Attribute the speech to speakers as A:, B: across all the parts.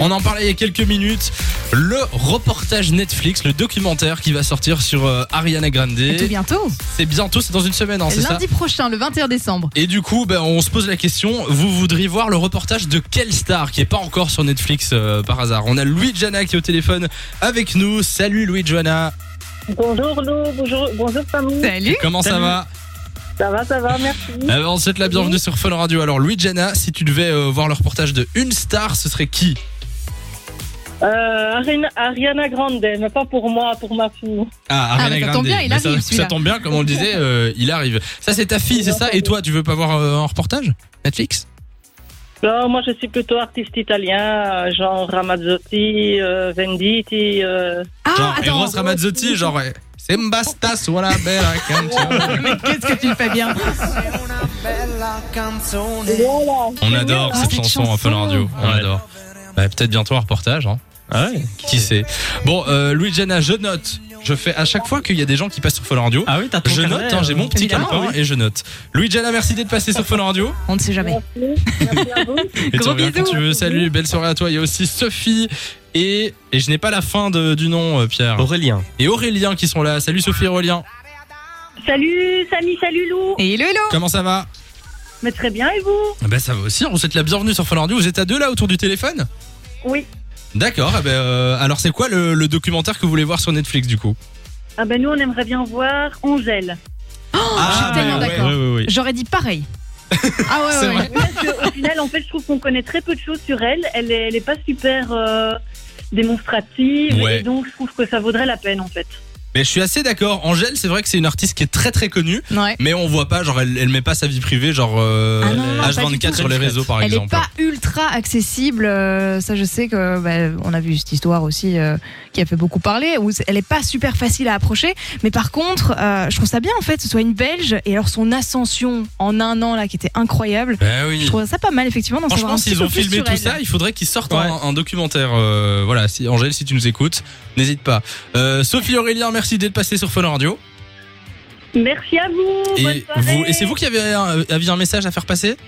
A: On en parlait il y a quelques minutes, le reportage Netflix, le documentaire qui va sortir sur euh, Ariana Grande.
B: À tout bientôt.
A: C'est bientôt, c'est dans une semaine, hein, c'est ça
B: Lundi prochain, le 21 décembre.
A: Et du coup, ben, on se pose la question, vous voudriez voir le reportage de quelle star qui est pas encore sur Netflix euh, par hasard On a Louis Jana qui est au téléphone avec nous. Salut Louis Jana,
C: Bonjour Lou, bonjour, bonjour famille.
B: Salut.
A: comment ça
D: Salut.
A: va
C: Ça va, ça va, merci.
A: Eh ben, On te souhaite la bienvenue sur Fun Radio. Alors Louis Jana, si tu devais euh, voir le reportage de une star, ce serait qui
C: Euh, Ariana, Ariana Grande, mais pas pour moi, pour ma fille.
A: Ah,
B: Ah,
A: Ariana
B: mais ça
A: Grande.
B: tombe bien, il
A: Mais ça-
B: arrive,
A: ça,
B: celui-là.
A: tombe bien, comme on le disait, euh, il arrive. Ça, c'est ta fille, c'est ça Et toi, tu veux pas voir euh, un reportage Netflix
C: Non, moi, je suis plutôt artiste italien, euh, genre Ramazzotti, euh, Venditti. euh.
B: Ah,
A: Genre,
B: attends.
A: Eros Ramazzotti, genre. eh, C'est Mbasta, voilà, belle.
B: Mais qu'est-ce que tu le fais bien
D: È una bella canzone.
C: Voilà.
A: On adore
B: Ah,
A: cette
B: cette
A: chanson en Fun
B: chanson.
A: Radio. On
D: Ouais.
A: adore. Bah, Peut-être bientôt un reportage, hein. qui sait. Bon, euh, Luigiana, je note. Je fais à chaque fois qu'il y a des gens qui passent sur Fun Radio.
D: Ah oui, t'as ton
A: Je note,
D: carnet,
A: hein, j'ai
D: euh,
A: mon petit
B: évidemment,
A: calepin et je note. Luigiana, merci d'être passé sur Fun Radio.
B: On ne sait jamais.
C: Merci, merci à vous.
A: Et tu
B: Gros
A: reviens quand
B: bisous.
A: tu veux. Salut, belle soirée à toi. Il y a aussi Sophie et, et je n'ai pas la fin de- du nom, euh, Pierre.
D: Aurélien.
A: Et Aurélien qui sont là. Salut Sophie et Aurélien.
C: Salut Samy, salut Lou.
B: Et hello, hello.
A: Comment ça va
C: Mais très bien, et vous
A: Ben ça va aussi. On souhaite la bienvenue sur Fun Radio. Vous êtes à deux là autour du téléphone
C: Oui.
A: D'accord. eh ben, euh, alors c'est quoi le, le documentaire que vous voulez voir sur Netflix du coup
C: Ah ben nous, on aimerait bien voir Angèle.
B: Ah, je suis tellement
A: ben ouais,
B: d'accord.
A: ouais, ouais, ouais.
B: J'aurais dit pareil. Ah ouais,
A: C'est
B: ouais,
A: vrai.
B: ouais.
C: Parce que, au final, en fait, je trouve qu'on connaît très peu de choses sur elle. Elle est, elle est pas super euh, démonstrative.
A: Ouais.
C: Et donc, je trouve que ça vaudrait la peine, en fait.
A: Mais Ben, je suis assez d'accord. Angèle, c'est vrai que c'est une artiste qui est très très connue,
B: Ouais.
A: mais on voit pas. Genre, elle, elle met pas sa vie privée, genre euh,
B: Ah non, non, pas du
A: H24
B: tout.
A: sur les réseaux par
B: Elle n'est
A: exemple.
B: pas ultra accessible, euh, ça je sais que bah, on a vu cette histoire aussi euh, qui a fait beaucoup parler. Où c'est- elle n'est pas super facile à approcher, mais par contre, euh, je trouve ça bien en fait, que ce soit une Belge et alors son ascension en un an là qui était incroyable.
A: Ben oui.
B: Je trouve ça pas mal effectivement d'en savoir
A: Franchement,
B: un petit
A: s'ils
B: peu
A: ont
B: plus
A: filmé
B: sur
A: tout
B: elle.
A: ça, il faudrait qu'ils sortent un, un documentaire. euh, voilà, si, Angèle, si tu nous écoutes, n'hésite pas. Euh, Sophie Aurélien, merci d'être passée sur Fun Radio.
C: Merci à vous. bonne
A: Et,
C: soirée.
A: vous- et c'est vous qui avez un, aviez un message à faire passer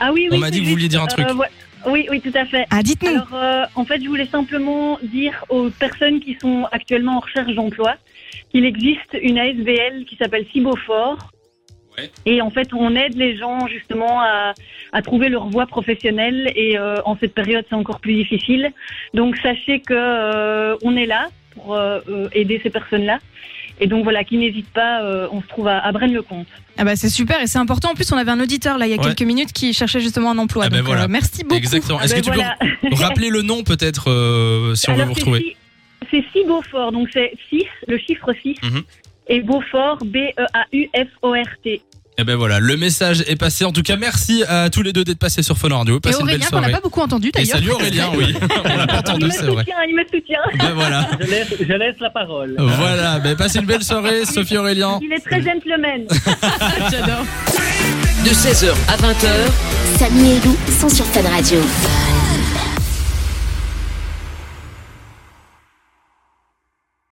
C: Ah oui,
A: On
C: oui,
A: m'a dit
C: c'est
A: que vous vouliez
C: juste,
A: dire un truc.
C: euh, ouais. Oui, oui, tout à fait.
B: Ah dites-nous.
C: Alors, euh, en fait, je voulais simplement dire aux personnes qui sont actuellement en recherche d'emploi qu'il existe une ASBL qui s'appelle Cibofort.
A: Ouais.
C: Et en fait, on aide les gens justement à, à trouver leur voie professionnelle. Et euh, en cette période, c'est encore plus difficile. Donc, sachez que euh, on est là pour euh, euh, aider ces personnes-là. Et donc voilà, qui n'hésite pas, euh, on se trouve à, à Braine-le-Comte.
B: Ah bah c'est super et c'est important. En plus, on avait un auditeur là il y a
A: Ouais.
B: quelques minutes qui cherchait justement un emploi.
A: Ah bah
B: donc,
A: voilà.
B: euh, merci beaucoup.
A: Exactement. Est-ce
C: Ah
A: que
C: ben
A: tu
C: voilà.
A: peux rappeler le nom peut-être euh, si on veut
C: Alors,
A: vous
C: c'est
A: retrouver
C: six- C'est 6 Beaufort, donc c'est 6, le chiffre 6,
A: Mhm.
C: et Beaufort, E B-E-A-U-F-O-R-T.
A: Eh ben voilà, le message est passé. En tout cas, merci à tous les deux d'être passés sur Fun Radio.
B: Et
A: Passez une belle
B: Aurélien qu'on n'a
A: soirée.
B: pas beaucoup entendu
A: Et
B: d'ailleurs.
A: salut Aurélien, oui. On l'a pas
C: Il
A: entendu,
C: me
A: c'est vrai.
C: soutient, il me soutien.
A: Ben voilà,
E: Je laisse, je laisse la parole.
A: voilà. Ben passez une belle soirée, Sophie Aurélien.
C: Il est très gentleman.
B: J'adore.
F: Samy et Lou sont sur Fan Radio.